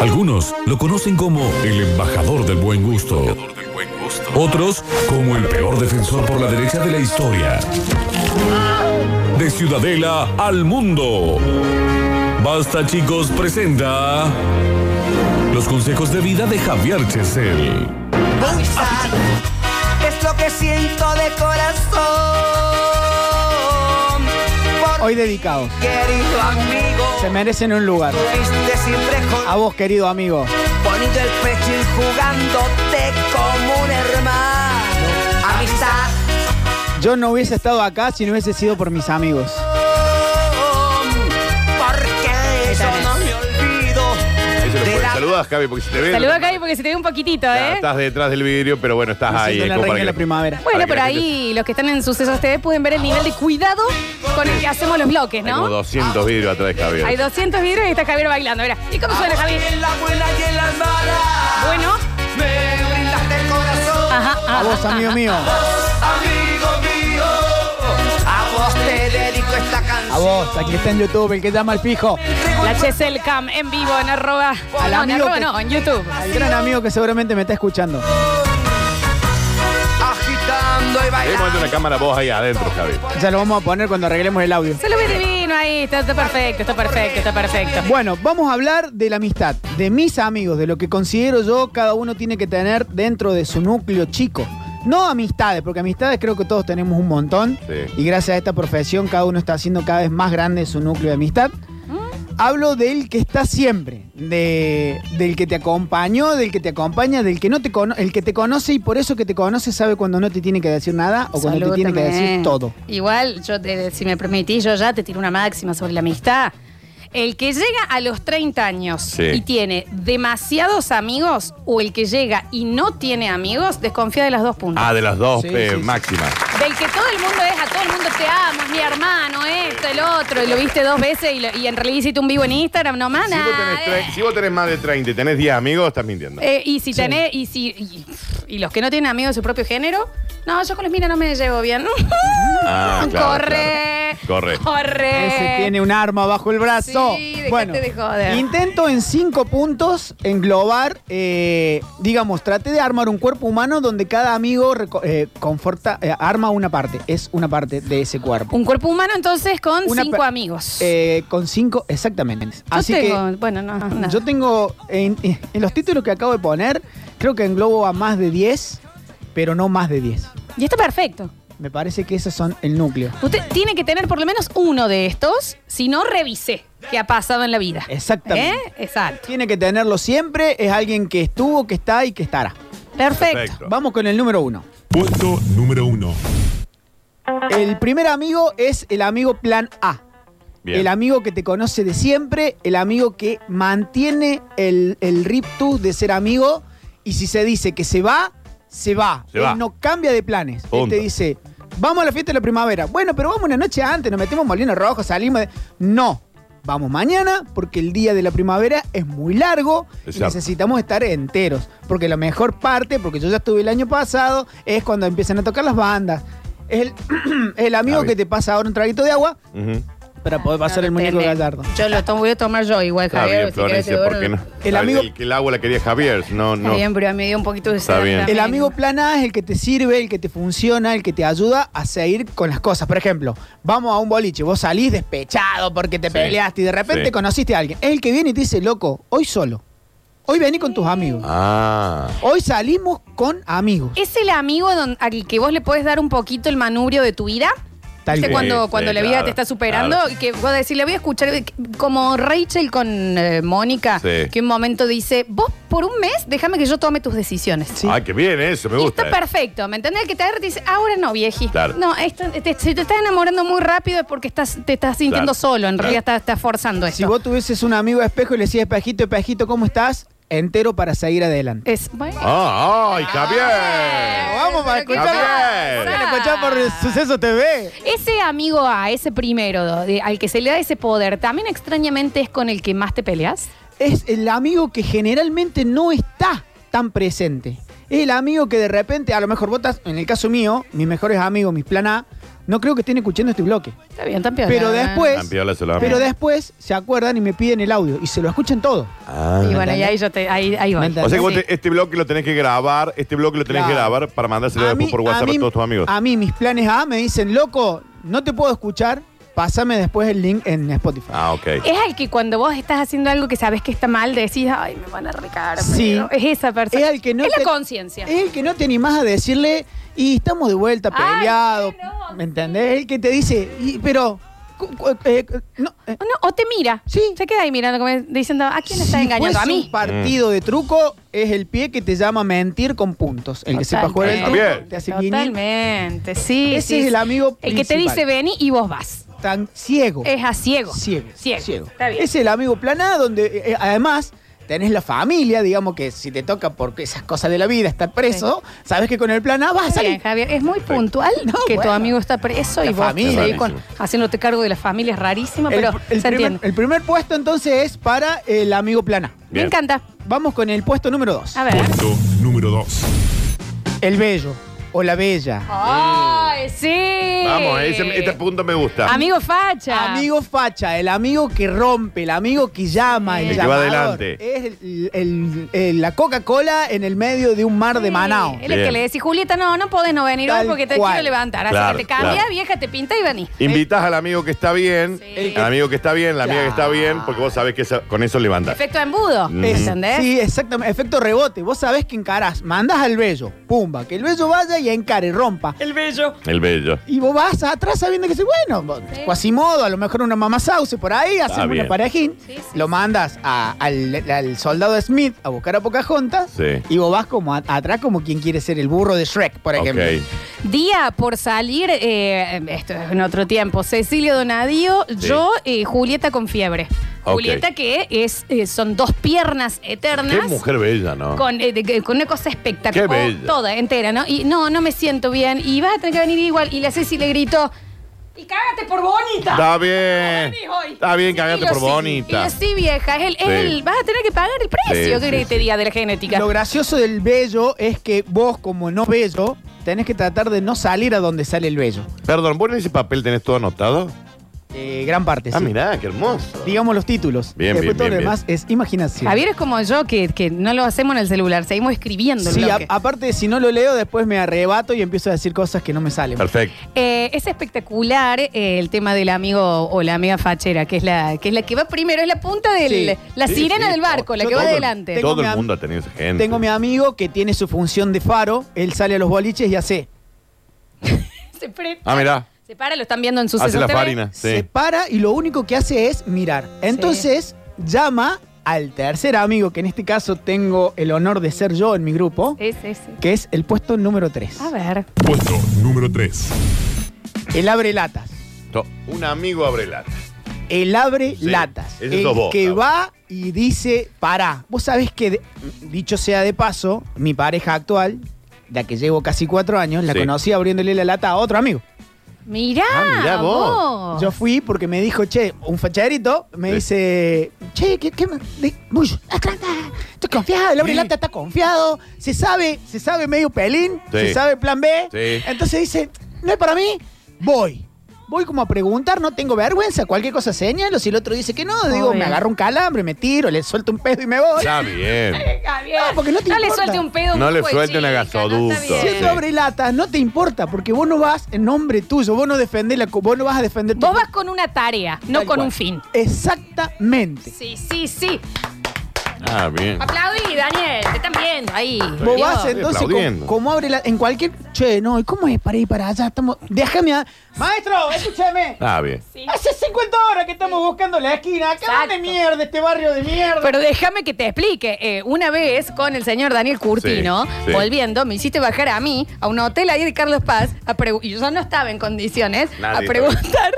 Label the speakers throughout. Speaker 1: Algunos lo conocen como el embajador del buen gusto. Otros como el peor defensor por la derecha de la historia. De Ciudadela al mundo. Basta chicos presenta los consejos de vida de Javier Chesel.
Speaker 2: Pulsar es lo que siento de corazón.
Speaker 3: Hoy dedicados.
Speaker 2: Querido amigo,
Speaker 3: Se Ah. merecen un lugar.
Speaker 2: viste siempre con
Speaker 3: A vos, querido amigo.
Speaker 2: poniendo el pecho y jugándote como un hermano. Amistad,
Speaker 3: Yo no hubiese estado acá si no hubiese sido por mis amigos.
Speaker 2: porque yo
Speaker 4: tal
Speaker 2: no me olvido
Speaker 5: Eso lo
Speaker 2: de
Speaker 5: puedes-
Speaker 2: la
Speaker 5: Saludás, Javi, porque se te ve.
Speaker 4: Saluda acá porque se te ve un poquitito,
Speaker 5: Ah,
Speaker 4: ¿eh?
Speaker 5: Estás detrás del vidrio, pero bueno, estás
Speaker 3: Me
Speaker 5: ahí.
Speaker 3: siento
Speaker 5: eh,
Speaker 3: en la
Speaker 5: como
Speaker 3: reina
Speaker 5: para
Speaker 3: de la
Speaker 5: que-
Speaker 3: primavera.
Speaker 4: Bueno,
Speaker 5: Para que
Speaker 4: por
Speaker 5: la
Speaker 4: ahí los que están en Sucesos TV pueden ver el nivel de cuidado con el que hacemos los bloques,
Speaker 5: Hay como
Speaker 4: ¿no?
Speaker 5: 200 vidrios atrás de Javier.
Speaker 4: Hay 200 vidrios y está Javier bailando, mira. ¿Y cómo suena Javier?
Speaker 2: En la buena y en la mala.
Speaker 4: Bueno,
Speaker 2: Me brindaste el corazón.
Speaker 3: A
Speaker 4: ajá, ajá.
Speaker 3: vos, amigo mío.
Speaker 2: Amigo mío, a vos te dedico esta canción.
Speaker 3: A vos, aquí está en YouTube, el que llama al fijo.
Speaker 4: La Chesel Cam en vivo en arroba.
Speaker 3: Al
Speaker 4: no, en
Speaker 3: amigo
Speaker 4: arroba
Speaker 3: que-
Speaker 4: no, en YouTube.
Speaker 3: Al gran amigo que seguramente me está escuchando.
Speaker 2: Agitando y
Speaker 5: Debemos meter
Speaker 2: bailando.
Speaker 5: este una cámara vos ahí adentro, Javier.
Speaker 3: Ya lo vamos a poner cuando arreglemos el audio.
Speaker 4: Se lo ve divino ahí, está, está perfecto, está perfecto, está perfecto.
Speaker 3: Bueno, vamos a hablar de la amistad, de mis amigos, de lo que considero yo cada uno tiene que tener dentro de su núcleo chico. No amistades, porque amistades creo que todos tenemos un montón.
Speaker 5: Sí.
Speaker 3: Y gracias a esta profesión cada uno está haciendo cada vez más grande su núcleo de amistad. Hablo del que está siempre, de- del que te acompañó, del que te acompaña, del que no te cono- el que te conoce y por eso que te conoce sabe cuando no te tiene que decir nada o cuando te tiene que decir
Speaker 4: Absolutamente.
Speaker 3: todo.
Speaker 4: Igual, yo te- si me permitís, yo ya te tiro una máxima sobre la amistad. El que llega a los 30 años
Speaker 5: Sí.
Speaker 4: y tiene demasiados amigos o el que llega y no tiene amigos, desconfía de las dos puntas.
Speaker 5: Ah, de las dos
Speaker 3: Sí,
Speaker 5: eh,
Speaker 3: sí, sí.
Speaker 5: máximas.
Speaker 4: Del que todo el mundo es, a todo el mundo te amo, es mi hermano, esto, el otro, y lo viste dos veces y, lo- y en realidad hiciste un vivo en Instagram, no más
Speaker 5: Si vos,
Speaker 4: nada,
Speaker 5: tenés tre- si vos tenés más de 30 y tenés 10 amigos, estás mintiendo.
Speaker 4: Eh, y si tenés, y si. Y, y los que no tienen amigos de su propio género, no, yo con los mira no me llevo bien.
Speaker 5: Ah, claro,
Speaker 4: corre,
Speaker 5: claro. Corre.
Speaker 4: Corre.
Speaker 3: Ese tiene un arma bajo el brazo.
Speaker 4: Sí, dejate de joder.
Speaker 3: Intento en cinco puntos englobar, eh, digamos, traté de armar un cuerpo humano donde cada amigo reco- eh, conforta, eh, arma una parte, es una parte de ese cuerpo.
Speaker 4: Un cuerpo humano entonces con
Speaker 3: Una
Speaker 4: cinco
Speaker 3: per-
Speaker 4: amigos.
Speaker 3: Eh, con cinco, exactamente.
Speaker 4: yo
Speaker 3: Así
Speaker 4: tengo, bueno, no, nada.
Speaker 3: que yo tengo, en, en los títulos que acabo de poner, creo que englobo a más de 10, pero no más de 10.
Speaker 4: Y está perfecto.
Speaker 3: Me parece que esos son el núcleo.
Speaker 4: Usted tiene que tener por lo menos uno de estos, si no revise qué ha pasado en la vida.
Speaker 3: Exactamente.
Speaker 4: ¿Eh? Exacto.
Speaker 3: Tiene que tenerlo siempre, es alguien que estuvo, que está y que estará.
Speaker 4: Perfecto.
Speaker 5: Perfecto.
Speaker 3: Vamos con el número uno.
Speaker 1: Puesto número uno.
Speaker 3: El primer amigo es el amigo plan A.
Speaker 5: Bien.
Speaker 3: El amigo que te conoce de siempre, el amigo que mantiene el, el riptus de ser amigo. Y si se dice que se va, se va.
Speaker 5: Se va.
Speaker 3: Él no cambia de planes. Él
Speaker 5: Punto.
Speaker 3: te dice, vamos a la fiesta de la primavera. Bueno, pero vamos una noche antes, nos metemos en molino rojo, salimos. de- No. Vamos mañana porque el día de la primavera es muy largo y
Speaker 5: Exacto.
Speaker 3: necesitamos estar enteros. Porque la mejor parte, porque yo ya estuve el año pasado, es cuando empiezan a tocar las bandas. Es el, el amigo
Speaker 5: Ah, bien.
Speaker 3: que te pasa ahora un traguito de agua
Speaker 5: Ujú.
Speaker 3: para poder pasar el muñeco
Speaker 4: Depende.
Speaker 3: gallardo.
Speaker 4: Yo lo tomo, voy a tomar yo igual,
Speaker 5: Está
Speaker 4: Javier.
Speaker 5: bien,
Speaker 4: si querés,
Speaker 5: Florencia,
Speaker 4: te
Speaker 5: ¿por
Speaker 4: doy-
Speaker 5: qué no?
Speaker 3: El
Speaker 5: Sabes,
Speaker 3: amigo-
Speaker 5: El, que el agua la quería Javier, no,
Speaker 4: Está
Speaker 5: no.
Speaker 4: bien, pero a mí me dio un poquito de
Speaker 5: Está
Speaker 4: sed
Speaker 5: bien.
Speaker 4: también.
Speaker 3: El amigo plan A es el que te sirve, el que te funciona, el que te ayuda a seguir con las cosas. Por ejemplo, vamos a un boliche, vos salís despechado porque te
Speaker 5: Sí.
Speaker 3: peleaste y de repente
Speaker 5: Sí.
Speaker 3: conociste a alguien. Es el que viene y te dice, loco, hoy solo. Hoy vení con tus amigos.
Speaker 5: Ah.
Speaker 3: Hoy salimos con amigos.
Speaker 4: ¿Es el amigo don- al que vos le podés dar un poquito el manubrio de tu vida?
Speaker 3: Tal
Speaker 4: ¿Viste
Speaker 3: cual.
Speaker 4: Este cuando,
Speaker 5: Sí,
Speaker 4: cuando
Speaker 5: sí,
Speaker 4: la vida
Speaker 5: claro,
Speaker 4: te está superando?
Speaker 5: claro.
Speaker 4: Y que vos decís, le voy a escuchar eh, como Rachel con eh, Mónica,
Speaker 5: Sí.
Speaker 4: que un momento dice, vos por un mes déjame que yo tome tus decisiones.
Speaker 3: Sí.
Speaker 5: Ah, qué bien eso, me
Speaker 4: Y
Speaker 5: gusta.
Speaker 4: está
Speaker 5: eh.
Speaker 4: perfecto, ¿me entendés? El que te agarra y te dice, ahora no, vieji.
Speaker 5: Claro.
Speaker 4: No, esto, te- si te estás enamorando muy rápido es porque estás, te estás sintiendo
Speaker 5: Claro,
Speaker 4: solo, en
Speaker 5: claro.
Speaker 4: realidad estás, estás forzando
Speaker 3: Si
Speaker 4: esto.
Speaker 3: vos tuvieses un amigo espejo y le decís espejito, espejito, ¿cómo estás? Entero para seguir adelante.
Speaker 4: Es, bueno.
Speaker 5: Ah, ¡Ay,
Speaker 4: Ah,
Speaker 5: Javier!
Speaker 3: Vamos para
Speaker 4: pero
Speaker 3: escuchar-
Speaker 4: ¿qué
Speaker 5: Bueno,
Speaker 4: pasa?
Speaker 3: Escuchá por Suceso TV.
Speaker 4: Ese amigo A, ese primero, de- al que se le da ese poder, ¿también extrañamente es con el que más te peleas?
Speaker 3: es el amigo que generalmente no está tan presente. Es el amigo que de repente, a lo mejor votas, en el caso mío, mis mejores amigos, mis plan A, no creo que estén escuchando este bloque.
Speaker 4: Está bien, tan piola.
Speaker 3: Pero después,
Speaker 5: Tan piola se lo
Speaker 3: pero
Speaker 5: amo.
Speaker 3: después se acuerdan y me piden el audio y se lo escuchan todo.
Speaker 5: Ah.
Speaker 4: Y bueno, y ahí yo te. Ahí, ahí voy.
Speaker 3: Me entendés.
Speaker 5: O sea que vos
Speaker 4: Sí.
Speaker 5: te- este blog lo tenés que grabar, este blog lo tenés que
Speaker 3: Claro.
Speaker 5: grabar para mandárselo después por WhatsApp a, todos tus amigos.
Speaker 3: a mí, mis planes A me dicen, loco, no te puedo escuchar, pásame después el link en Spotify.
Speaker 5: Ah, ok.
Speaker 4: Es al que cuando vos estás haciendo algo que sabes que está mal, decís, ay, me van a recar.
Speaker 3: Sí.
Speaker 4: Es esa persona.
Speaker 3: Es al que no
Speaker 4: Es
Speaker 3: te-
Speaker 4: la conciencia.
Speaker 3: Es el que no te animás a decirle, y estamos de vuelta
Speaker 4: Ay,
Speaker 3: peleados.
Speaker 4: bueno,
Speaker 3: ¿Me entendés? Es el que te dice, "Y, pero. cu- cu- eh, no, eh,
Speaker 4: O, no, o te mira.
Speaker 3: Sí.
Speaker 4: Se queda ahí mirando, como diciendo, ¿a quién estás
Speaker 3: si fuese
Speaker 4: engañando? A mí.
Speaker 3: Un partido de truco es el pie que te llama mentir con puntos. El que sepa jugar el
Speaker 4: Totalmente.
Speaker 5: También.
Speaker 3: truco te hace guiño
Speaker 4: Totalmente, sí.
Speaker 3: Ese
Speaker 4: sí,
Speaker 3: es el
Speaker 4: sí.
Speaker 3: amigo
Speaker 4: El que te
Speaker 3: principal.
Speaker 4: dice vení y vos vas.
Speaker 3: tan ciego.
Speaker 4: Es a ciego.
Speaker 3: Ciego.
Speaker 4: Ciego.
Speaker 3: ciego.
Speaker 4: Está bien.
Speaker 3: Es el amigo planá donde eh, eh, además tenés la familia, digamos que si te toca por esas cosas de la vida estar preso, sabes que con el plan A vas a
Speaker 4: Está bien,
Speaker 3: salir.
Speaker 4: Javier, es muy puntual
Speaker 3: Ah, No,
Speaker 4: que tu
Speaker 3: bueno.
Speaker 4: amigo está preso y
Speaker 3: La
Speaker 4: vos
Speaker 3: familia.
Speaker 4: seguís con,
Speaker 5: Rarísimo.
Speaker 4: haciéndote cargo de la familia, es rarísimo,
Speaker 3: El,
Speaker 4: pero
Speaker 3: el
Speaker 4: se
Speaker 3: primer,
Speaker 4: entiende.
Speaker 3: el primer puesto entonces es para el amigo planá.
Speaker 4: Me
Speaker 5: Bien.
Speaker 4: encanta.
Speaker 3: Vamos con el puesto número 2.
Speaker 4: A ver.
Speaker 1: Punto número 2.
Speaker 3: El bello o la bella.
Speaker 4: ¡Ay, sí!
Speaker 5: Vamos, ese- este punto me gusta.
Speaker 4: eh, Amigo facha.
Speaker 3: Amigo facha, el amigo que rompe, el amigo que llama, el,
Speaker 4: El
Speaker 5: que va
Speaker 3: llamador.
Speaker 5: adelante.
Speaker 3: Es el- el- el- la Coca-Cola en el medio de un mar de
Speaker 4: Sí,
Speaker 3: Manao.
Speaker 4: Él es que
Speaker 5: Bien.
Speaker 4: le decís, Julieta, no, no podés no venir hoy
Speaker 3: Tal
Speaker 4: porque te
Speaker 3: cual.
Speaker 4: quiero levantar. Así
Speaker 5: Claro,
Speaker 4: que te cambias,
Speaker 5: claro.
Speaker 4: vieja, te pinta y venís.
Speaker 5: Invitas al amigo que está bien,
Speaker 4: eh, Sí.
Speaker 5: al amigo que está bien, la amiga que está bien,
Speaker 3: Claro.
Speaker 5: porque vos sabés que esa- con eso levantás.
Speaker 4: Efecto embudo,
Speaker 5: Mm.
Speaker 3: Es-
Speaker 4: ¿entendés?
Speaker 3: Sí, exactamente. Efecto rebote. Vos sabés que encarás. Mandás al bello. Pumba. Que el bello vaya y encare, rompa.
Speaker 5: El bello.
Speaker 3: Y vos vas atrás sabiendo que sí, bueno,
Speaker 4: Sí.
Speaker 3: Quasimodo, a lo mejor una mamá sauce por ahí, haces una
Speaker 5: bien.
Speaker 3: parejín.
Speaker 4: Sí, sí,
Speaker 3: lo
Speaker 4: sí.
Speaker 3: mandas a- al, al soldado Smith a buscar a Pocahontas.
Speaker 5: Sí.
Speaker 3: Y vos vas como a- atrás como quien quiere ser el burro de Shrek, por
Speaker 5: Ok.
Speaker 3: ejemplo.
Speaker 4: Día por salir, eh, esto es en otro tiempo, Cecilio Donadío,
Speaker 5: Sí.
Speaker 4: yo y Julieta con fiebre.
Speaker 5: Ok.
Speaker 4: Julieta que es, eh, son dos piernas eternas.
Speaker 5: Qué mujer bella, ¿no?
Speaker 4: Con, eh, de- que- con una cosa espectacular.
Speaker 5: Ah. Qué bella.
Speaker 4: Toda, entera, ¿no? Y no, no me siento bien. Y vas a tener que venir igual. Y la Ceci le gritó, y cágate por bonita.
Speaker 5: Está
Speaker 4: No
Speaker 5: bien.
Speaker 4: venís hoy.
Speaker 5: Está bien,
Speaker 4: Sí,
Speaker 5: cagate
Speaker 4: y lo
Speaker 5: por
Speaker 4: sí. Y
Speaker 5: bonita.
Speaker 4: lo sí, vieja. Es el, es
Speaker 5: Sí.
Speaker 4: el- vas a tener que pagar el precio
Speaker 5: Sí,
Speaker 4: que
Speaker 5: sí,
Speaker 4: este
Speaker 5: sí.
Speaker 4: día de la genética.
Speaker 3: Lo gracioso del bello es que vos, como no bello, tenés que tratar de no salir a donde sale el bello.
Speaker 5: Perdón, ¿vos en ese papel tenés todo anotado?
Speaker 3: Eh, gran parte,
Speaker 5: Ah,
Speaker 3: sí.
Speaker 5: mirá, qué hermoso.
Speaker 3: Digamos los títulos.
Speaker 5: Bien,
Speaker 3: Después
Speaker 5: bien,
Speaker 3: todo lo
Speaker 5: bien,
Speaker 3: demás es imaginación.
Speaker 4: Javier es como yo, que, que no lo hacemos en el celular, seguimos escribiendo. el
Speaker 3: Sí, a-
Speaker 4: bloque.
Speaker 3: aparte, si no lo leo, después me arrebato y empiezo a decir cosas que no me salen.
Speaker 5: Perfecto.
Speaker 4: Eh, es espectacular eh, el tema del amigo o la amiga fachera, que es la que, es la que va primero, es la punta del.
Speaker 3: Sí.
Speaker 4: La
Speaker 5: Sí,
Speaker 4: sirena
Speaker 5: sí.
Speaker 4: del barco, la
Speaker 3: Yo
Speaker 4: que va
Speaker 3: todo-
Speaker 4: adelante.
Speaker 3: tengo
Speaker 5: Todo
Speaker 3: mi am-
Speaker 5: el mundo ha tenido esa gente.
Speaker 3: Tengo mi amigo que tiene su función de faro, él sale a los boliches y hace.
Speaker 4: Se, pre-
Speaker 5: Ah, mirá.
Speaker 4: se para, lo están viendo en su
Speaker 5: Hace la farina.
Speaker 3: Se
Speaker 5: Sí.
Speaker 3: para y lo único que hace es mirar. Entonces, llama al tercer amigo, que en este caso tengo el honor de ser yo en mi grupo,
Speaker 4: Sí, Ah, sí, sí.
Speaker 3: que es el puesto número 3.
Speaker 4: A ver.
Speaker 1: Puesto número 3.
Speaker 3: El abre latas.
Speaker 5: To- Un amigo abre lata.
Speaker 3: El abre
Speaker 5: Sí,
Speaker 3: latas.
Speaker 5: ese
Speaker 3: el
Speaker 5: sos vos,
Speaker 3: que
Speaker 5: Gabo.
Speaker 3: va y dice, pará. Vos sabés que, de- dicho sea de paso, mi pareja actual, la que llevo casi cuatro años, la
Speaker 5: Sí.
Speaker 3: conocí abriéndole la lata a otro amigo.
Speaker 4: Mirá,
Speaker 5: Ah, mirá vos.
Speaker 4: vos.
Speaker 3: Yo fui porque me dijo, che, un facherito, me
Speaker 5: Sí.
Speaker 3: dice, che, ¿qué, qué me- de- uy, Atlanta, estoy confiado, el abre
Speaker 5: Sí.
Speaker 3: lata está confiado, se sabe, se sabe medio pelín,
Speaker 5: Sí.
Speaker 3: se sabe plan B.
Speaker 5: Sí.
Speaker 3: Entonces dice, no es para mí, voy. Voy como a preguntar, no tengo vergüenza, cualquier cosa señalo, si el otro dice que no, digo,
Speaker 4: Obvio.
Speaker 3: me agarro un calambre, me tiro, le suelto un pedo y me voy.
Speaker 5: Está bien.
Speaker 4: Javier,
Speaker 3: No, Ah, porque no te
Speaker 4: le
Speaker 3: importa.
Speaker 4: suelte un pedo. a un
Speaker 5: No le
Speaker 4: grupo de
Speaker 5: suelte una
Speaker 4: chicas, no está
Speaker 5: gasoducto.
Speaker 4: bien.
Speaker 3: Si es
Speaker 5: Sí.
Speaker 3: abre lata, no te importa, porque vos no vas en nombre tuyo, vos no defendés la, co- vos no vas a defender tu-
Speaker 4: Vos vas con una tarea, no
Speaker 3: Tal
Speaker 4: con
Speaker 3: cual.
Speaker 4: un fin.
Speaker 3: Exactamente.
Speaker 4: Sí, sí, sí.
Speaker 5: Ah, bien.
Speaker 4: Aplaudí, Daniel. Te están viendo ahí.
Speaker 3: Vos
Speaker 4: Dios.
Speaker 3: vas entonces
Speaker 5: aplaudiendo.
Speaker 3: como, como abre la, en cualquier. Che, no, ¿y cómo es para ir para allá? Estamos. Déjame a- Maestro, escúchame.
Speaker 5: Está bien.
Speaker 4: Sí.
Speaker 3: Hace 50 horas que estamos buscando la esquina. Acá
Speaker 4: Exacto.
Speaker 3: de mierda, este barrio de mierda.
Speaker 4: Pero déjame que te explique. Eh, una vez con el señor Daniel Curtino,
Speaker 5: Sí, sí.
Speaker 4: volviendo, me hiciste bajar a mí, a un hotel ahí de Carlos Paz, a pregu- y yo ya no estaba en condiciones,
Speaker 5: Nadie
Speaker 4: a
Speaker 5: estaba.
Speaker 4: preguntar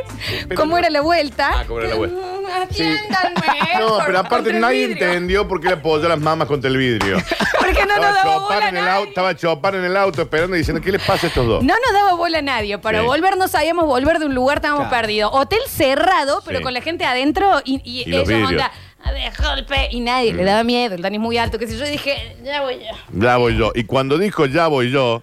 Speaker 5: Pero
Speaker 4: cómo
Speaker 5: no.
Speaker 4: era la vuelta.
Speaker 5: Ah, cómo era la vuelta.
Speaker 4: Mm,
Speaker 5: Sí.
Speaker 4: Atiéndanme.
Speaker 5: No,
Speaker 4: por-
Speaker 5: pero aparte
Speaker 4: contra el
Speaker 5: nadie
Speaker 4: vidrio.
Speaker 5: entendió por qué le apoyó a las mamas contra el vidrio.
Speaker 4: Porque no nos
Speaker 5: estaba
Speaker 4: daba
Speaker 5: Chopin
Speaker 4: bola a
Speaker 5: en el auto,
Speaker 4: nadie.
Speaker 5: estaba Chopin en el auto esperando y diciendo, ¿qué les pasa a estos dos?
Speaker 4: No nos daba bola a nadie. Para
Speaker 5: Sí.
Speaker 4: volver no sabíamos volver de un lugar, estábamos
Speaker 3: Claro.
Speaker 4: perdidos. Hotel cerrado, pero
Speaker 5: Sí.
Speaker 4: con la gente adentro y,
Speaker 5: Y
Speaker 4: y
Speaker 5: los
Speaker 4: ellos
Speaker 5: vidrios. Mm.
Speaker 4: onda, a ver, golpe, y nadie le daba miedo, el Dani es muy alto, qué sé yo, y dije, ya voy yo.
Speaker 5: Ya voy yo. Y cuando dijo ya voy yo,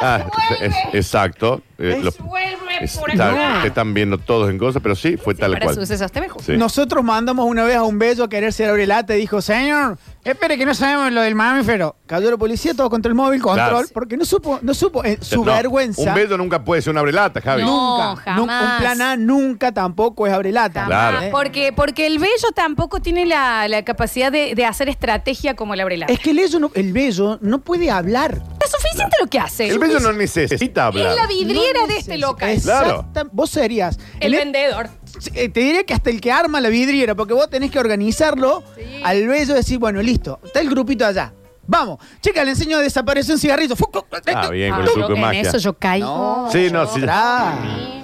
Speaker 5: Ah, es- exacto. eh,
Speaker 3: Es-
Speaker 5: lo-
Speaker 4: Vuelve
Speaker 5: es-
Speaker 4: por
Speaker 5: está-
Speaker 4: acá.
Speaker 5: te están viendo todos en cosas, pero sí, fue tal
Speaker 4: Para
Speaker 5: cual.
Speaker 4: sucesos, te me juro.
Speaker 5: Sí.
Speaker 3: Nosotros mandamos una vez a un bello a querer ser abrelata y dijo, señor, espere que no sabemos lo del mamífero. Cayó la policía, todo contra el móvil, control,
Speaker 5: Claro.
Speaker 3: porque no supo, no supo, eh, su
Speaker 5: No,
Speaker 3: vergüenza.
Speaker 5: Un beso nunca puede ser una brelata, Javi.
Speaker 4: No.
Speaker 3: Nunca,
Speaker 4: jamás.
Speaker 3: nu- un plan A nunca tampoco es abrelata. ¿eh?
Speaker 4: Jamás,
Speaker 5: Claro.
Speaker 4: Porque, porque el bello tampoco tiene la, la capacidad de, de hacer estrategia como la brelata.
Speaker 3: Es que el bello, no, el bello no puede hablar.
Speaker 4: Está suficiente lo que hace.
Speaker 5: El beso no necesita hablar.
Speaker 4: Es la vidriera
Speaker 3: No
Speaker 4: de este
Speaker 3: neces-
Speaker 4: local.
Speaker 3: Exacta- Vos serías. en-
Speaker 4: El
Speaker 3: e-,
Speaker 4: vendedor.
Speaker 3: eh, te diré que hasta el que arma la vidriera, porque vos tenés que organizarlo
Speaker 4: Sí.
Speaker 3: al bello decir, bueno, listo, está el grupito allá. Vamos, chica, le enseño a desaparecer un cigarrillo. Fu- cu-
Speaker 5: Ah, bien, con
Speaker 4: Ah,
Speaker 5: el truco de
Speaker 4: en
Speaker 5: magia.
Speaker 4: eso yo caigo.
Speaker 3: No.
Speaker 5: Sí, no, sí.
Speaker 3: Tra.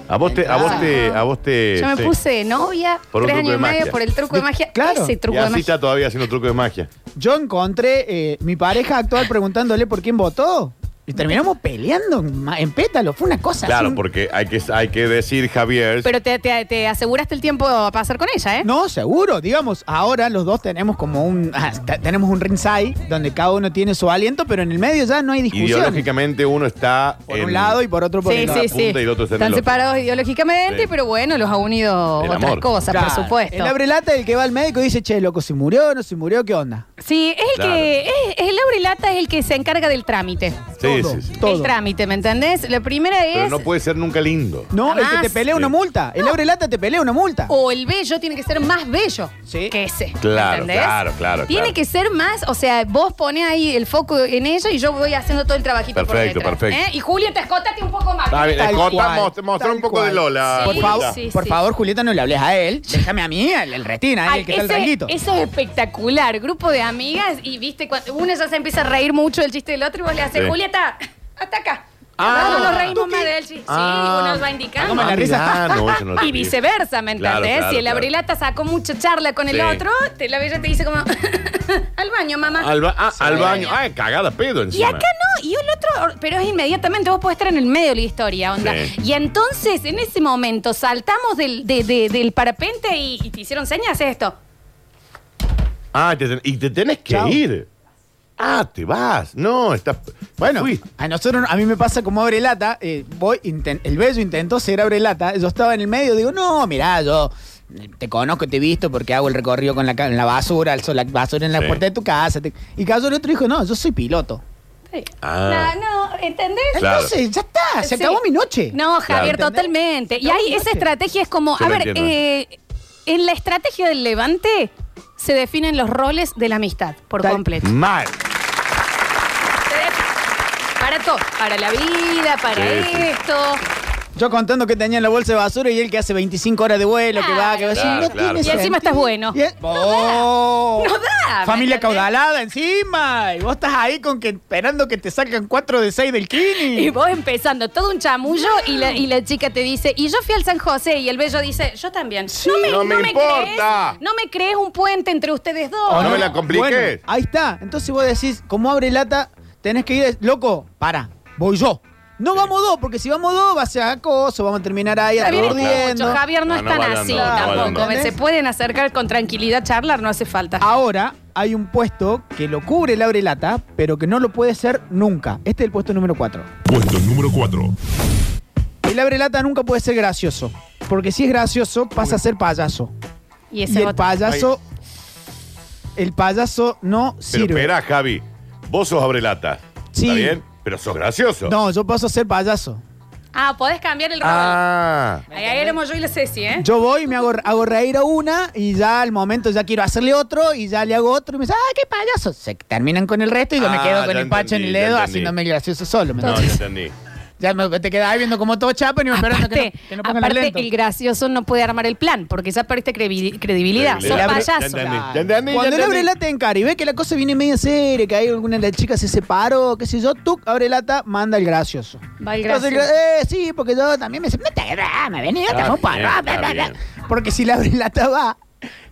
Speaker 5: A vos te, a vos te, a vos te.
Speaker 4: Yo me
Speaker 5: sí.
Speaker 4: puse de novia
Speaker 5: Por un truco
Speaker 4: tres años y
Speaker 5: de
Speaker 4: medio
Speaker 5: magia.
Speaker 4: por el truco de magia.
Speaker 3: Claro.
Speaker 4: Ese truco
Speaker 5: y
Speaker 4: de
Speaker 5: así
Speaker 4: magia.
Speaker 5: está todavía haciendo truco de magia.
Speaker 3: Yo encontré eh, mi pareja actual preguntándole por quién votó. Y terminamos peleando en, ma- en pétalo. Fue una cosa.
Speaker 5: Claro,
Speaker 3: así.
Speaker 5: porque hay que, hay que decir, Javier.
Speaker 4: Pero te, te- te aseguraste el tiempo a pasar con ella, ¿eh?
Speaker 3: No, seguro. Digamos, ahora los dos tenemos como un. ah, te- tenemos un ringside donde cada uno tiene su aliento, pero en el medio ya no hay discusión.
Speaker 5: ideológicamente uno está.
Speaker 3: Por
Speaker 5: en-
Speaker 3: un lado y por otro por
Speaker 4: Sí,
Speaker 3: el
Speaker 5: una
Speaker 3: otro.
Speaker 4: sí, sí.
Speaker 5: punta y el otro está en
Speaker 4: Están
Speaker 5: el otro.
Speaker 4: separados ideológicamente,
Speaker 5: Sí.
Speaker 4: pero bueno, los ha unido
Speaker 5: El
Speaker 4: otras
Speaker 5: amor.
Speaker 4: cosas,
Speaker 3: Claro.
Speaker 4: por supuesto.
Speaker 3: El abrelata es el que va al médico y dice, che, loco, ¿se murió? ¿No se murió? ¿Qué onda?
Speaker 4: Sí, es el
Speaker 5: Claro.
Speaker 4: que. Es, es el abrelata es el que se encarga del trámite.
Speaker 5: Sí,
Speaker 3: Todo,
Speaker 5: sí, sí.
Speaker 3: todo.
Speaker 4: El trámite, ¿me entendés? La primera es.
Speaker 5: Pero no puede ser nunca lindo.
Speaker 3: No, el
Speaker 4: Jamás. Oh,
Speaker 3: que te pelea una multa. El abrelata te pelea una multa.
Speaker 4: O el bello tiene que ser más bello
Speaker 3: Sí.
Speaker 4: que ese. ¿me
Speaker 5: Claro,
Speaker 4: ¿entendés?
Speaker 5: claro, claro,
Speaker 4: Tiene
Speaker 5: claro.
Speaker 4: que ser más, o sea, vos ponés ahí el foco en ello y yo voy haciendo todo el trabajito
Speaker 5: Perfecto,
Speaker 4: por detrás.
Speaker 5: perfecto.
Speaker 4: ¿eh? Y Julieta, escótate un poco más.
Speaker 5: Está bien,
Speaker 3: Tal
Speaker 5: Escota,
Speaker 3: cual,
Speaker 5: mostra, mostra
Speaker 3: tal
Speaker 5: un poco
Speaker 3: cual.
Speaker 5: de Lola.
Speaker 4: Sí.
Speaker 3: por
Speaker 5: Julieta.
Speaker 3: favor,
Speaker 4: sí,
Speaker 3: por
Speaker 4: sí.
Speaker 3: favor, Julieta, no le hables a él. Déjame a mí, el, el retina,
Speaker 4: Ay,
Speaker 3: el que está el
Speaker 4: ese-
Speaker 3: ranguito.
Speaker 4: eso es espectacular. Grupo de amigas y viste, cuando una ya se empieza a reír mucho del chiste del otro y vos le haces,
Speaker 5: Sí.
Speaker 4: Julieta, hasta acá.
Speaker 5: Ah.
Speaker 4: no nos reímos
Speaker 3: ¿Tú
Speaker 4: más
Speaker 3: qué?
Speaker 4: del chiste.
Speaker 5: Ah.
Speaker 4: Sí, uno va indicando.
Speaker 3: Toma la
Speaker 5: Ah,
Speaker 3: risa.
Speaker 5: mirá, no, eso no lo
Speaker 4: Y
Speaker 5: vi.
Speaker 4: viceversa, ¿me entendés?
Speaker 5: Claro, claro,
Speaker 4: si el
Speaker 5: claro.
Speaker 4: abrilata sacó mucha charla con el
Speaker 5: Sí.
Speaker 4: otro, te la bella te dice como, al baño, mamá.
Speaker 5: Al, ba- ah, al baño. Ah, cagada pedo
Speaker 4: Y
Speaker 5: encima.
Speaker 4: acá no, y el otro, pero es inmediatamente, vos podés estar en el medio de la historia, onda.
Speaker 5: Sí.
Speaker 4: Y entonces, en ese momento, saltamos del, de- de- del parapente y, y te hicieron señas esto.
Speaker 5: Ah, te ten- y te tenés que
Speaker 3: Chao.
Speaker 5: ir. Ah, te vas. No, estás.
Speaker 3: Bueno,
Speaker 5: Fui.
Speaker 3: a nosotros, a mí me pasa como abrelata, eh, voy, inten- el bello intentó ser abrelata, yo estaba en el medio, digo, no, mirá, yo eh, te conozco, te he visto porque hago el recorrido con la, ca- en la basura, alzo la basura en la
Speaker 5: Sí.
Speaker 3: puerta de tu casa. te- y cayó el otro y dijo, no, yo soy piloto.
Speaker 5: Ah.
Speaker 4: No, no, ¿entendés?
Speaker 5: Claro.
Speaker 3: Entonces, ya está, Ah, se
Speaker 4: Sí.
Speaker 3: acabó mi noche.
Speaker 4: No, Javier,
Speaker 3: Claro.
Speaker 4: totalmente. Y
Speaker 3: Está
Speaker 4: ahí
Speaker 3: buena
Speaker 4: esa
Speaker 3: noche.
Speaker 4: estrategia es como,
Speaker 5: Yo
Speaker 4: a
Speaker 5: lo
Speaker 4: ver,
Speaker 5: entiendo.
Speaker 4: eh, en la estrategia del levante se definen los roles de la amistad por
Speaker 3: Tal-
Speaker 4: completo.
Speaker 5: Mal.
Speaker 4: Se def- Para todo, para la vida, para
Speaker 5: Sí, sí.
Speaker 4: esto.
Speaker 3: Yo contando que tenía en la bolsa de basura y él que hace 25 horas de vuelo, que va, que va,
Speaker 5: Claro,
Speaker 3: así, no
Speaker 5: claro,
Speaker 3: tiene
Speaker 5: claro.
Speaker 4: Y encima estás bueno.
Speaker 3: Y es- ¡Oh!
Speaker 4: No da, ¿me
Speaker 3: Familia
Speaker 4: entendés?
Speaker 3: caudalada encima. Y vos estás ahí con que esperando que te salgan 4 de 6 del kini.
Speaker 4: Y vos empezando todo un chamullo y la, y la chica te dice, y yo fui al San José y el bello dice, yo también. no me,
Speaker 5: no me importa.
Speaker 4: crees- no me crees un puente entre ustedes dos.
Speaker 5: no me la compliques.
Speaker 3: Bueno, ahí está. Entonces vos decís, como abre lata, tenés que ir, loco, para, voy yo. No vamos dos, porque si vamos dos va a ser acoso, vamos a terminar ahí
Speaker 4: Está bien,
Speaker 3: aturdiendo.
Speaker 4: mucho, Javier no,
Speaker 5: No,
Speaker 4: es
Speaker 5: no
Speaker 4: tan
Speaker 5: vayan,
Speaker 4: así
Speaker 5: no, no vayan,
Speaker 4: tampoco.
Speaker 5: no.
Speaker 4: Se pueden acercar con tranquilidad, charlar, no hace falta.
Speaker 3: Ah, Ahora hay un puesto que lo cubre el abre lata, pero que no lo puede ser nunca. Este es el puesto número 4.
Speaker 1: Puesto número 4.
Speaker 3: El abre lata nunca puede ser gracioso, porque si es gracioso pasa a ser payaso.
Speaker 4: Y
Speaker 3: Y
Speaker 4: ese
Speaker 3: el
Speaker 4: otro.
Speaker 3: payaso, el payaso no
Speaker 5: Pero
Speaker 3: sirve.
Speaker 5: espera, Javi. Vos sos abrelata.
Speaker 3: Sí.
Speaker 5: ¿Está bien? Pero sos gracioso.
Speaker 3: No, yo paso a ser payaso.
Speaker 4: Ah, podés cambiar el rol.
Speaker 5: Ah.
Speaker 4: Ahí, ahí éramos yo y la Ceci, ¿eh?
Speaker 3: Yo voy, me hago, hago reír a una y ya al momento ya quiero hacerle otro y ya le hago otro y me dice, ¡ah, qué payaso! Se terminan con el resto y yo me
Speaker 5: Ah,
Speaker 3: quedo con
Speaker 5: ya
Speaker 3: el pacho en el
Speaker 5: entendí, ya
Speaker 3: dedo
Speaker 5: entendí.
Speaker 3: haciéndome el gracioso solo. ¿me
Speaker 5: No, ya
Speaker 3: entendés?
Speaker 5: entendí.
Speaker 3: Ya me- te quedás ahí viendo como todo chapa y me esperando que
Speaker 4: Aparte,
Speaker 3: no, que no pongan el
Speaker 4: aparte
Speaker 3: lento.
Speaker 4: el gracioso no puede armar el plan, porque ya perdiste crevi- credibilidad. Sos
Speaker 5: Credibilidad. Ya
Speaker 4: payaso.
Speaker 5: entendí. Ya entendí, ya
Speaker 3: Cuando él abre
Speaker 5: entendí.
Speaker 3: lata en cara y ve que la cosa viene media seria, que hay alguna de las chicas se separó, qué sé yo, tú abre lata, manda el gracioso.
Speaker 4: Va el
Speaker 3: Entonces,
Speaker 4: gracioso.
Speaker 3: eh, sí, porque yo también me dice, me me venía, te
Speaker 5: Está
Speaker 3: hago un
Speaker 5: bien,
Speaker 3: porro,
Speaker 5: está
Speaker 3: bla, bla, bla".
Speaker 5: bien.
Speaker 3: Porque si la lata va,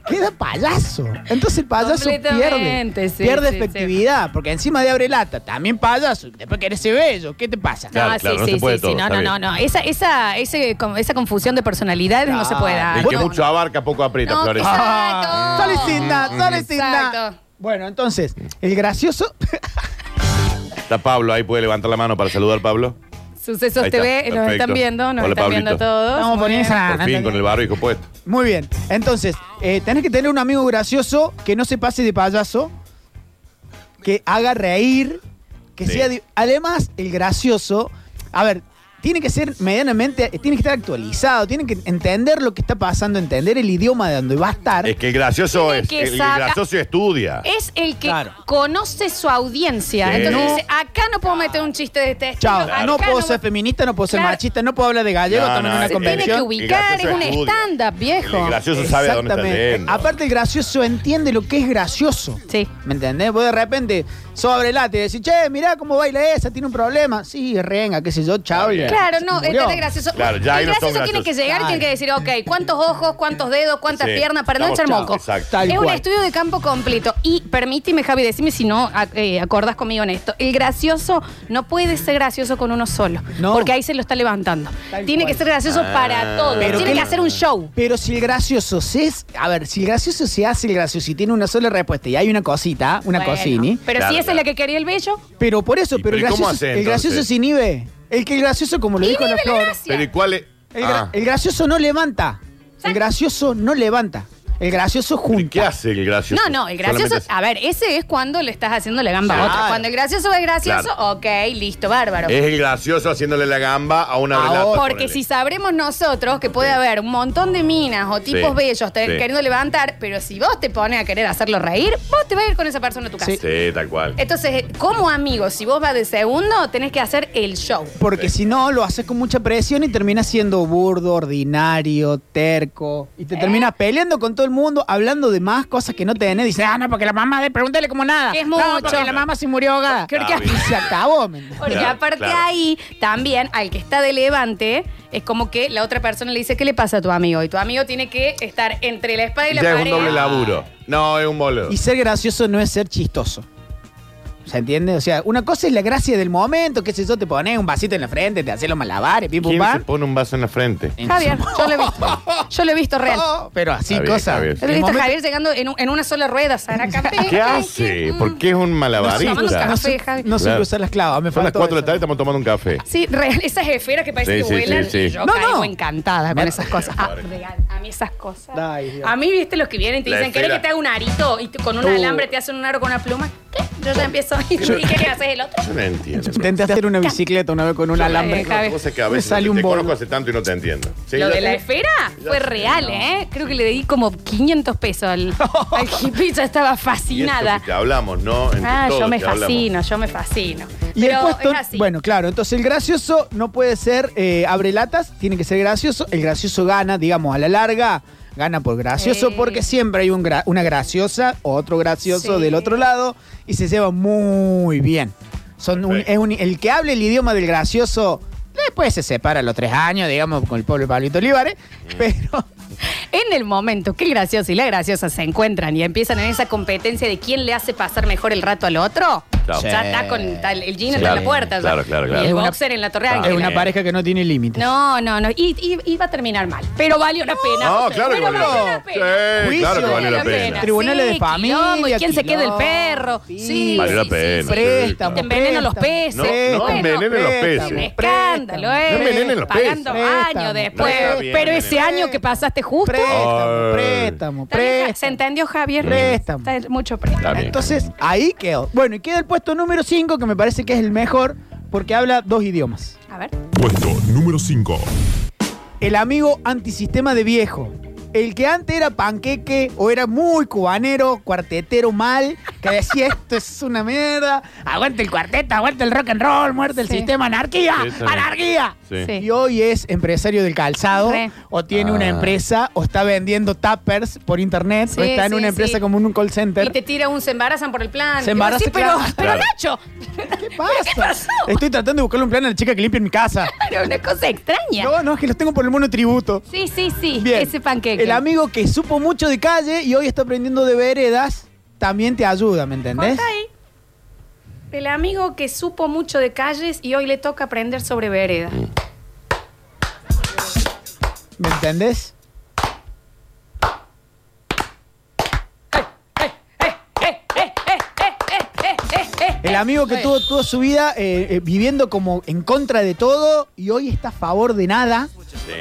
Speaker 3: queda payaso. Entonces el payaso
Speaker 4: Completamente,
Speaker 3: pierde.
Speaker 4: sí,
Speaker 3: pierde
Speaker 4: sí,
Speaker 3: efectivtividad. Porque encima de abre lata, también payaso. Después querés ser bello. ¿Qué te pasa?
Speaker 4: No,
Speaker 5: Claro,
Speaker 4: sí,
Speaker 5: claro, no
Speaker 4: sí,
Speaker 5: se puede
Speaker 4: sí,
Speaker 5: todo,
Speaker 4: sí. No,
Speaker 5: está
Speaker 4: no, no,
Speaker 5: bien.
Speaker 4: no. Esa, esa, ese, con- esa confusión de personalidades no se puede dar.
Speaker 5: El que
Speaker 4: No,
Speaker 5: mucho
Speaker 4: no.
Speaker 5: abarca, poco aprieta,
Speaker 4: No,
Speaker 5: Flores.
Speaker 4: quizá-
Speaker 3: Ah,
Speaker 4: Exacto.
Speaker 3: Sale sin nada, sale sin nada.
Speaker 4: Exacto.
Speaker 3: Bueno, entonces, el gracioso.
Speaker 5: Está Pablo ahí, puede levantar la mano para saludar, Pablo.
Speaker 4: Sucesos
Speaker 5: Ahí está,
Speaker 4: TV, nos
Speaker 5: perfecto.
Speaker 4: están viendo, nos
Speaker 5: Hola,
Speaker 4: están viendo
Speaker 5: Pablito.
Speaker 4: todos.
Speaker 3: Vamos a
Speaker 4: Muy
Speaker 3: poner
Speaker 4: bien.
Speaker 3: esa.
Speaker 5: Por fin, con el barbijo puesto.
Speaker 3: Muy bien. Entonces, eh, tenés que tener un amigo gracioso que no se pase de payaso, que haga reír, que
Speaker 5: Sí.
Speaker 3: sea. di- Además, el gracioso. A ver. Tiene que ser medianamente, eh, tiene que estar actualizado, tiene que entender lo que está pasando, entender el idioma de donde va a estar.
Speaker 5: Es que el gracioso
Speaker 4: Tienen
Speaker 5: es.
Speaker 4: que Eh,
Speaker 5: el
Speaker 4: saca-
Speaker 5: gracioso estudia.
Speaker 4: Es el que
Speaker 3: Claro.
Speaker 4: conoce su audiencia.
Speaker 5: Sí.
Speaker 4: Entonces
Speaker 5: No.
Speaker 4: dice, acá no puedo meter un chiste de este estilo,
Speaker 3: Chao,
Speaker 4: acá
Speaker 3: no puedo ser
Speaker 4: voy-
Speaker 3: feminista, no puedo ser
Speaker 4: Claro.
Speaker 3: machista, no puedo hablar de gallego,
Speaker 5: No,
Speaker 3: también
Speaker 5: no,
Speaker 3: una
Speaker 5: es- tiene
Speaker 4: Tiene que
Speaker 3: convención.
Speaker 4: ubicar, es
Speaker 5: El
Speaker 4: un
Speaker 5: gracioso estudia.
Speaker 4: stand-up, viejo.
Speaker 5: El gracioso sabe a dónde está yendo.
Speaker 3: Aparte, el gracioso entiende lo que es gracioso.
Speaker 4: Sí.
Speaker 3: ¿Me entendés? Vos de repente sobre el ate y decís, che, mirá cómo baila esa, tiene un problema. Sí, renga, qué sé yo, chao. y-
Speaker 4: Claro, no,
Speaker 3: murió.
Speaker 4: este es gracioso.
Speaker 5: Claro, ya ahí
Speaker 4: el
Speaker 5: no son
Speaker 4: gracioso tiene que
Speaker 5: graciosos.
Speaker 4: llegar y tiene que decir, ok, cuántos ojos, cuántos dedos, cuántas
Speaker 5: Sí,
Speaker 4: piernas, para no
Speaker 5: estamos
Speaker 4: echar
Speaker 5: chao,
Speaker 4: moco.
Speaker 5: exacto.
Speaker 3: Tal
Speaker 4: es un
Speaker 3: cual.
Speaker 4: estudio de campo completo. Y permíteme, Javi, decime si no a- eh, acordás conmigo en esto. El gracioso no puede ser gracioso con uno solo,
Speaker 3: No.
Speaker 4: porque ahí se lo está levantando.
Speaker 3: Tal
Speaker 4: tiene
Speaker 3: cual.
Speaker 4: que ser gracioso
Speaker 5: Ah.
Speaker 4: para todos.
Speaker 3: Pero
Speaker 4: Tiene
Speaker 3: qué-
Speaker 4: que hacer un show.
Speaker 3: Pero si el gracioso se es, a ver, si el gracioso se hace el gracioso y tiene una sola respuesta y hay una cosita, una
Speaker 4: Bueno,
Speaker 3: cosini,
Speaker 4: Pero
Speaker 5: Claro,
Speaker 4: si esa es
Speaker 5: claro.
Speaker 4: la que quería el bello,
Speaker 3: pero por eso,
Speaker 5: ¿Y
Speaker 3: pero, el,
Speaker 5: pero y cómo
Speaker 3: gracioso,
Speaker 5: hace,
Speaker 3: el gracioso
Speaker 5: entonces?
Speaker 3: se inhibe. El que el gracioso, como lo dijo la
Speaker 4: Inhibe la
Speaker 3: flor,
Speaker 4: gracia.
Speaker 5: Pero ¿y cuál es?
Speaker 3: el, gra-
Speaker 5: Ah,
Speaker 3: el gracioso no levanta. El
Speaker 4: Exacto.
Speaker 3: gracioso no levanta. El gracioso
Speaker 5: ¿y ¿Qué
Speaker 3: junta.
Speaker 5: hace el gracioso?
Speaker 4: no, no, el gracioso,
Speaker 5: Solamente hace-
Speaker 4: a ver, ese es cuando le estás haciendo la gamba a
Speaker 3: Claro.
Speaker 4: otro. Cuando el gracioso es gracioso,
Speaker 5: Claro.
Speaker 4: ok, listo, bárbaro.
Speaker 5: Es el gracioso haciéndole la gamba a una
Speaker 3: Ahora,
Speaker 5: relata.
Speaker 4: Porque si sabremos nosotros que puede haber un montón de minas o tipos
Speaker 5: Sí,
Speaker 4: bellos te-
Speaker 5: sí.
Speaker 4: queriendo levantar, pero si vos te pones a querer hacerlo reír, vos te vas a ir con esa persona a tu casa.
Speaker 3: Sí.
Speaker 5: Sí, tal
Speaker 4: Eh,
Speaker 5: cual.
Speaker 4: Entonces, como amigo, si vos vas de segundo, tenés que hacer el show.
Speaker 3: Porque si no, lo haces con mucha presión y terminas siendo burdo, ordinario, terco. Y
Speaker 4: ¿Eh?
Speaker 3: te terminas peleando con todo el mundo, hablando de más cosas que no tenés. Dices, ah, no, porque la mamá, de pregúntale como nada.
Speaker 4: Es
Speaker 3: No,
Speaker 4: mucho.
Speaker 3: porque la mamá se murió ahogada.
Speaker 4: Creo que-
Speaker 5: Ah, bien.
Speaker 3: Y se acabó, ¿me entendés?
Speaker 4: Porque
Speaker 5: Claro,
Speaker 4: aparte
Speaker 5: claro.
Speaker 4: ahí, también, al que está de levante, es como que la otra persona le dice, ¿qué le pasa a tu amigo? Y tu amigo tiene que estar entre la espada y la
Speaker 5: Ya es
Speaker 4: pared.
Speaker 5: un doble laburo. No, es un boludo.
Speaker 3: Y ser gracioso no es ser chistoso. ¿Se entiende? O sea, una cosa es la gracia del momento, qué sé yo, te pones un vasito en la frente, te haces los malabares, pim, pum,
Speaker 5: ¿Quién se
Speaker 3: pam.
Speaker 5: pone un vaso en la frente?
Speaker 4: Javier, yo lo he visto. Yo lo he visto real.
Speaker 3: No, Oh, Pero así,
Speaker 5: Está bien, está
Speaker 3: cosas.
Speaker 5: bien.
Speaker 4: Yo lo he
Speaker 3: El
Speaker 4: visto a
Speaker 3: momento-
Speaker 4: Javier llegando en, un- en una sola rueda, Sara Capé.
Speaker 5: ¿Qué hace? ¿Por qué es un
Speaker 4: Tomando un
Speaker 5: malabarista?
Speaker 4: café.
Speaker 3: No,
Speaker 4: Javi.
Speaker 3: no sé
Speaker 5: Claro.
Speaker 3: cruzar las clavas, me
Speaker 5: Son las
Speaker 3: faltó
Speaker 5: 4 de la tarde y
Speaker 3: eso.
Speaker 5: estamos tomando un café.
Speaker 4: Sí, real, esas esferas que parece
Speaker 5: Sí,
Speaker 4: que
Speaker 5: sí,
Speaker 4: vuelan.
Speaker 5: sí, sí.
Speaker 4: Yo
Speaker 3: No,
Speaker 4: caigo
Speaker 3: no.
Speaker 4: encantada con
Speaker 3: Mira.
Speaker 4: esas cosas. Ah, real, a mí esas cosas.
Speaker 3: Ay, Dios.
Speaker 4: a mí, viste, los que vienen y te
Speaker 5: La
Speaker 4: dicen, ¿querés
Speaker 5: esfera.
Speaker 4: que te haga un arito? Y tú con un
Speaker 3: Uh.
Speaker 4: alambre te hacen un aro con una pluma. ¿Qué? Yo ya empiezo. ¿Y qué le haces el otro?
Speaker 5: Yo no entiendo.
Speaker 3: Intenté hacer una bicicleta una vez con un alambre.
Speaker 4: Eh, Javi.
Speaker 5: Cosa que a
Speaker 3: Me
Speaker 5: veces
Speaker 3: sale un
Speaker 5: te
Speaker 3: bolo.
Speaker 5: conozco hace tanto y no te entiendo. Sí,
Speaker 4: Lo
Speaker 5: ya
Speaker 4: de la
Speaker 5: sé.
Speaker 4: esfera fue
Speaker 5: sé,
Speaker 4: real, ¿eh? Creo que le di como 500 pesos al, al hippie, ya estaba
Speaker 5: Y esto
Speaker 4: fascinada.
Speaker 5: que Te hablamos, ¿no? Entre
Speaker 4: Ah, yo
Speaker 5: todos
Speaker 4: me
Speaker 5: te hablamos.
Speaker 4: fascino, yo me fascino.
Speaker 3: Y
Speaker 4: Pero
Speaker 3: el puesto,
Speaker 4: es así.
Speaker 3: bueno, claro, entonces el gracioso no puede ser eh, abre latas, tiene que ser gracioso. El gracioso gana, digamos, a la larga, gana por gracioso
Speaker 4: Sí.
Speaker 3: porque siempre hay un gra- una graciosa o otro gracioso
Speaker 4: Sí.
Speaker 3: del otro lado y se lleva muy bien. Son un-
Speaker 5: Perfecto.
Speaker 3: es un- el que hable el idioma del gracioso, después se separa a los tres años, digamos, con el pueblo de Pablito Olivares,
Speaker 5: Mm.
Speaker 3: pero
Speaker 4: En el momento que el gracioso y la graciosa se encuentran y empiezan en esa competencia de quién le hace pasar mejor el rato al otro,
Speaker 5: Claro.
Speaker 4: ya
Speaker 3: Sí.
Speaker 4: está con está el el jean
Speaker 3: Sí.
Speaker 4: está en la
Speaker 3: Claro,
Speaker 4: puerta. ya.
Speaker 5: claro, claro, claro.
Speaker 4: Y
Speaker 3: Es
Speaker 4: el
Speaker 3: una-
Speaker 4: boxer en la torre.
Speaker 5: Claro.
Speaker 4: ángel.
Speaker 3: es una
Speaker 5: Eh.
Speaker 3: pareja que no tiene límites.
Speaker 4: No, no, no. Y, y- y va a terminar mal. Pero valió la pena.
Speaker 5: No, claro que
Speaker 4: Pero
Speaker 5: valió.
Speaker 4: valió la pena.
Speaker 5: Sí,
Speaker 3: Juicio.
Speaker 5: claro que valió la
Speaker 3: Valió la
Speaker 5: pena.
Speaker 3: pena. Tribunales de
Speaker 4: Sí, quilombo,
Speaker 3: familia,
Speaker 4: ¿Y quién se queda el
Speaker 3: quilombo.
Speaker 4: perro?
Speaker 3: Sí.
Speaker 4: Sí.
Speaker 5: Valió la
Speaker 4: sí,
Speaker 5: pena.
Speaker 4: sí, sí.
Speaker 3: Préstamo.
Speaker 4: Te envenenan los peces.
Speaker 5: No, no
Speaker 4: Bueno,
Speaker 5: envenenen los
Speaker 4: Un
Speaker 5: peces.
Speaker 4: escándalo, ¿eh?
Speaker 5: No envenenen los
Speaker 4: Pagando
Speaker 3: peces.
Speaker 4: años
Speaker 3: Préstamo.
Speaker 4: después.
Speaker 5: No está bien,
Speaker 4: Pero ese
Speaker 5: nene.
Speaker 4: año que pasaste justo.
Speaker 5: Ay.
Speaker 3: Préstamo, préstamo,
Speaker 4: Está bien, ¿Se
Speaker 3: préstamo.
Speaker 4: entendió, Javier?
Speaker 3: Préstamo.
Speaker 4: Está mucho préstamo.
Speaker 5: Está bien.
Speaker 3: Entonces, ahí quedó. Bueno, y queda el puesto número 5, que me parece que es el mejor, porque habla dos idiomas.
Speaker 4: A ver.
Speaker 1: Puesto número 5.
Speaker 3: El amigo antisistema de viejo. El que antes era panqueque o era muy cubanero, cuartetero mal, que decía esto es una mierda, aguante el cuarteto, aguante el rock and roll, muerte el
Speaker 4: Sí.
Speaker 3: sistema, anarquía,
Speaker 5: Sí, está bien.
Speaker 3: anarquía.
Speaker 5: Sí.
Speaker 4: Sí.
Speaker 3: Y hoy es empresario del calzado,
Speaker 4: Re.
Speaker 3: o tiene una
Speaker 5: Ah.
Speaker 3: empresa, o está vendiendo tappers por internet,
Speaker 4: Sí,
Speaker 3: o está en
Speaker 4: sí,
Speaker 3: una empresa
Speaker 4: sí.
Speaker 3: como en un call
Speaker 4: Y
Speaker 3: center.
Speaker 4: te tira un se embarazan por el plan.
Speaker 3: Se
Speaker 4: Y vos
Speaker 3: embaraza,
Speaker 4: decís, pero,
Speaker 3: claro.
Speaker 4: pero
Speaker 5: Claro.
Speaker 4: Nacho,
Speaker 3: ¿Qué pasa?
Speaker 4: pasó?
Speaker 3: Estoy tratando de buscarle un plan a la chica que limpie mi casa.
Speaker 4: pero una cosa extraña.
Speaker 3: No, no, es que los tengo por el mono tributo.
Speaker 4: Sí, sí, sí.
Speaker 3: Bien.
Speaker 4: Ese panqueque.
Speaker 3: El amigo que supo mucho de calle y hoy está aprendiendo de veredas, también te ayuda, ¿me entendés?
Speaker 4: Corta ahí. El amigo que supo mucho de calles y hoy le toca aprender sobre vereda.
Speaker 3: ¿Me entendés?
Speaker 4: Eh, eh, eh, eh, eh, eh, eh, eh, eh,
Speaker 3: El amigo que
Speaker 4: Eh.
Speaker 3: tuvo toda su vida eh, eh, viviendo como en contra de todo y hoy está a favor de nada.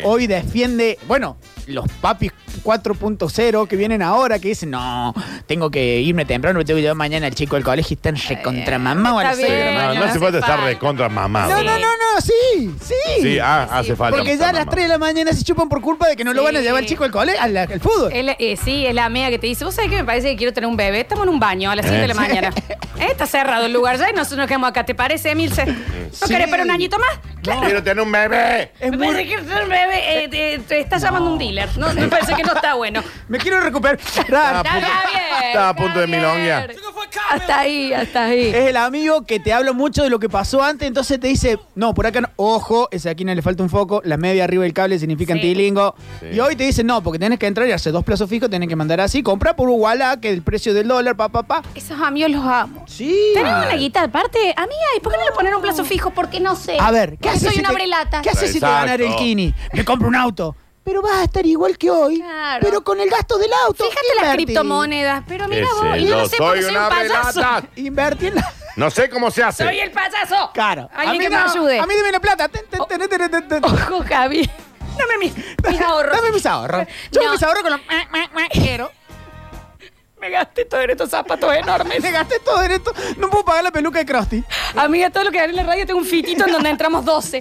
Speaker 3: Hoy defiende, bueno, los papis 4.0 que vienen ahora, que dicen, no, tengo que irme temprano, me tengo que llevar mañana al chico del colegio y están recontra mamá.
Speaker 4: está bien.
Speaker 5: No, no
Speaker 4: no
Speaker 5: hace
Speaker 4: hace
Speaker 5: falta estar
Speaker 4: falta.
Speaker 5: recontra mamado.
Speaker 3: No, no, no, no, sí, sí.
Speaker 5: Sí, ah, hace falta.
Speaker 3: Porque ya a las 3 de la mañana se chupan por culpa de que no lo
Speaker 4: Sí.
Speaker 3: van a llevar al chico al colegio, al, al fútbol.
Speaker 4: Es la- eh, sí, es la amiga que te dice, vos sabés que me parece que quiero tener un bebé, estamos en un baño a las 7 de la mañana. Eh, Está cerrado el lugar ya y nosotros nos quedamos acá, ¿te parece, Emilce? ¿No
Speaker 3: Sí.
Speaker 4: querés para un añito más? Claro.
Speaker 5: Quiero tener un bebé.
Speaker 3: Es
Speaker 4: me
Speaker 3: muy-
Speaker 4: parece que tener un bebé, eh, te- te está llamando un dealer. No, me parece que no está bueno.
Speaker 3: Me quiero recuperar. Raro.
Speaker 4: Está bien.
Speaker 5: Estaba a punto de
Speaker 4: Javier.
Speaker 5: milonguear.
Speaker 4: Hasta ahí, hasta ahí.
Speaker 3: Es el amigo que te habla mucho de lo que pasó antes, entonces te dice, no, por acá no, ojo, esa aquí no le falta un foco, las medias arriba del cable significan
Speaker 4: Sí.
Speaker 3: tilingo.
Speaker 5: Sí.
Speaker 3: Y hoy te dice, no, porque tenés que entrar y hacer dos plazos fijos, tenés que mandar así, compra por Uguala, que el precio del dólar, pa, pa, pa.
Speaker 4: Esos amigos los amo.
Speaker 3: Sí.
Speaker 4: Tenemos una guita aparte, amiga, ¿y por qué no le ponen un plazo fijo? Porque no sé.
Speaker 3: A ver, ¿qué
Speaker 4: Porque
Speaker 3: haces?
Speaker 4: Soy
Speaker 3: si
Speaker 4: una
Speaker 3: te-
Speaker 4: brelata.
Speaker 3: ¿Qué haces si te
Speaker 5: Exacto.
Speaker 3: ganar el Kini? Me compro un auto. Pero vas a estar igual que hoy,
Speaker 4: Claro.
Speaker 3: pero con el gasto del auto.
Speaker 4: Fíjate las
Speaker 3: Invertí.
Speaker 4: criptomonedas, pero mira
Speaker 5: Ese,
Speaker 4: vos, y
Speaker 5: yo
Speaker 4: no sé porque soy un payaso.
Speaker 5: velata.
Speaker 3: Invertí en la...
Speaker 5: No sé cómo se hace.
Speaker 4: Soy el payaso.
Speaker 3: Claro.
Speaker 4: Alguien que
Speaker 3: no,
Speaker 4: me ayude.
Speaker 3: A mí deme la plata. Ten, ten,
Speaker 4: Oh.
Speaker 3: ten, ten, ten, ten.
Speaker 4: Ojo, Javi. Dame mis, mis ahorros.
Speaker 3: Dame mis ahorros. Yo
Speaker 4: No.
Speaker 3: mis ahorros con los... Pero
Speaker 4: Me gasté todo en estos zapatos enormes.
Speaker 3: me gasté todo en esto. No puedo pagar la peluca de Krusty.
Speaker 4: Amiga, todo lo que gané en la radio tengo un fitito en donde entramos 12.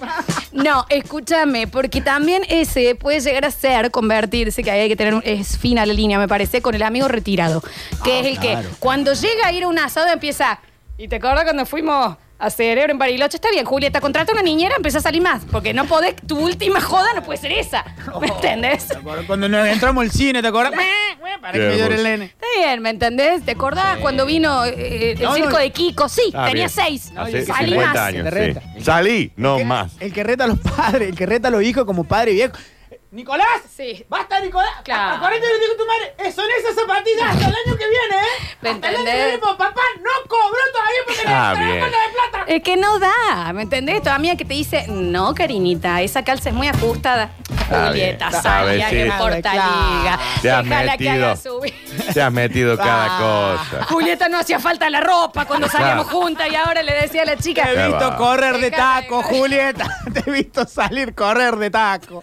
Speaker 4: No, escúchame, porque también ese puede llegar a ser, convertirse, que ahí hay que tener, un- es fina la línea, me parece, con el amigo retirado.
Speaker 3: Ah,
Speaker 4: Que es el que cuando llega a ir a un asado empieza. ¿Y te acuerdas cuando fuimos a Cerebro en Bariloche? Está bien, Julieta, contrata una niñera, empieza a salir más. Porque no podés, tu última joda no puede ser esa.
Speaker 3: Oh.
Speaker 4: ¿Me entendés?
Speaker 3: Cuando nos entramos al cine, ¿te acuerdas? Para que
Speaker 5: Qué
Speaker 3: me llore el
Speaker 5: hermoso.
Speaker 3: nene.
Speaker 4: Está bien, ¿me entendés? ¿Te acordás cuando vino eh, el
Speaker 3: No, no,
Speaker 4: circo de Kiko? Sí,
Speaker 5: Ah,
Speaker 4: tenía
Speaker 5: bien.
Speaker 4: seis.
Speaker 3: No,
Speaker 5: Hace
Speaker 3: y que se
Speaker 5: 50
Speaker 3: reta,
Speaker 5: años.
Speaker 3: se reta.
Speaker 5: sí. Salí, no más.
Speaker 3: El que reta a los padres, el que reta a los hijos como padre viejo. ¡Nicolás!
Speaker 4: Sí.
Speaker 3: ¡Basta, Nicolás!
Speaker 4: Claro.
Speaker 3: Acuérdate lo que dijo tu madre. eh, Son esas zapatillas hasta el año que viene, ¿eh?
Speaker 4: ¿Me
Speaker 3: Hasta el año que
Speaker 4: entendés?
Speaker 3: viene, pues, papá no cobró todavía porque
Speaker 5: Ah,
Speaker 3: me
Speaker 5: bien.
Speaker 3: con la de plata.
Speaker 4: Es que no da, ¿me entendés? Tu amiga que te dice, no, carinita, esa calza es muy ajustada.
Speaker 5: Está
Speaker 4: Julieta,
Speaker 5: bien.
Speaker 4: salga,
Speaker 5: Está
Speaker 4: que
Speaker 5: bien, sí.
Speaker 4: porta liga.
Speaker 5: Te has
Speaker 4: Déjala que haga
Speaker 5: metido.
Speaker 4: subir.
Speaker 5: Te has metido cada
Speaker 3: Ah.
Speaker 5: cosa.
Speaker 4: Julieta no hacía falta la ropa cuando salíamos juntas y ahora le decía a la chica.
Speaker 3: Te he
Speaker 5: Qué
Speaker 3: visto
Speaker 5: va.
Speaker 3: correr de
Speaker 4: Déjame,
Speaker 3: taco,
Speaker 4: déjame.
Speaker 3: Julieta. Te he visto salir correr de taco.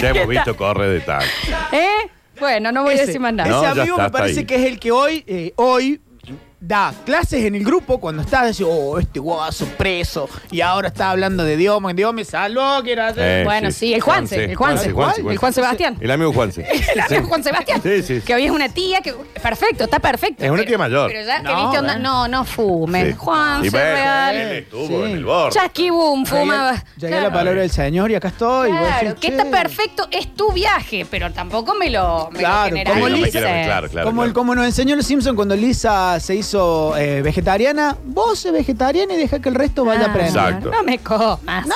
Speaker 5: Te hemos visto corre de tal.
Speaker 4: ¿Eh? Bueno, no voy a decir más nada.
Speaker 5: No,
Speaker 3: ese
Speaker 5: ya
Speaker 3: amigo
Speaker 5: está,
Speaker 3: me
Speaker 5: está
Speaker 3: parece
Speaker 5: ahí.
Speaker 3: que es el que hoy, eh, hoy da clases en el grupo cuando está, dice, oh, este guaso preso, y ahora está hablando de Dios, me- Dios me salvó, quiero hacer.
Speaker 5: Eh,
Speaker 4: Bueno, sí, el Juanse, el Juanse, el Juan Sebastián.
Speaker 5: El amigo Juanse.
Speaker 4: El amigo
Speaker 5: Sí.
Speaker 4: Juan Sebastián.
Speaker 5: Sí, sí.
Speaker 4: Que hoy es una tía que. Perfecto, está perfecto.
Speaker 5: Es una
Speaker 4: Pero-
Speaker 5: tía mayor.
Speaker 4: Pero ya que
Speaker 3: No,
Speaker 4: viste onda.
Speaker 3: eh.
Speaker 4: No, no fume.
Speaker 5: Sí.
Speaker 4: Juan,
Speaker 5: Y
Speaker 4: se
Speaker 5: bueno, eh,
Speaker 4: real.
Speaker 5: Él estuvo
Speaker 3: Sí.
Speaker 5: en el borde.
Speaker 4: Chasqui Boom fumaba.
Speaker 3: Llegué, llegué a
Speaker 4: Claro.
Speaker 3: la palabra del Señor y acá estoy. Vos
Speaker 4: Claro,
Speaker 3: decís,
Speaker 4: que
Speaker 3: "Che".
Speaker 4: está perfecto, es tu viaje, pero tampoco me lo, me lo
Speaker 3: Claro,
Speaker 5: Sí,
Speaker 3: como Lisa.
Speaker 5: no me
Speaker 4: generalices.
Speaker 5: quiero mezclar, claro,
Speaker 3: como, el-
Speaker 5: claro.
Speaker 3: como nos enseñó los Simpson cuando Lisa se hizo eh, vegetariana, vos sé vegetariana y deja que el resto vaya a
Speaker 4: Ah,
Speaker 3: aprender.
Speaker 5: Exacto.
Speaker 4: No me comas.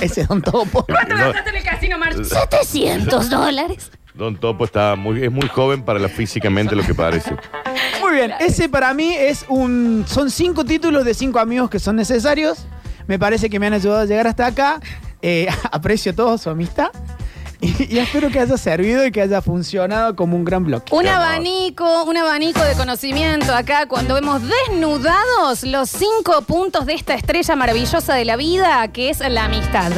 Speaker 3: Ese es un topo.
Speaker 4: ¿Cuánto gastaste en el casino, March?
Speaker 6: 700 dólares.
Speaker 5: Don Topo está muy, es muy joven para la físicamente lo que parece.
Speaker 3: Muy bien, ese para mí es un. Son cinco títulos de cinco amigos que son necesarios. Me parece que me han ayudado a llegar hasta acá. Eh, aprecio todo su amistad. Y, y espero que haya servido y que haya funcionado como un gran bloque.
Speaker 4: Un
Speaker 5: Qué amor.
Speaker 4: abanico, un abanico de conocimiento acá cuando hemos desnudados los cinco puntos de esta estrella maravillosa de la vida que es la amistad.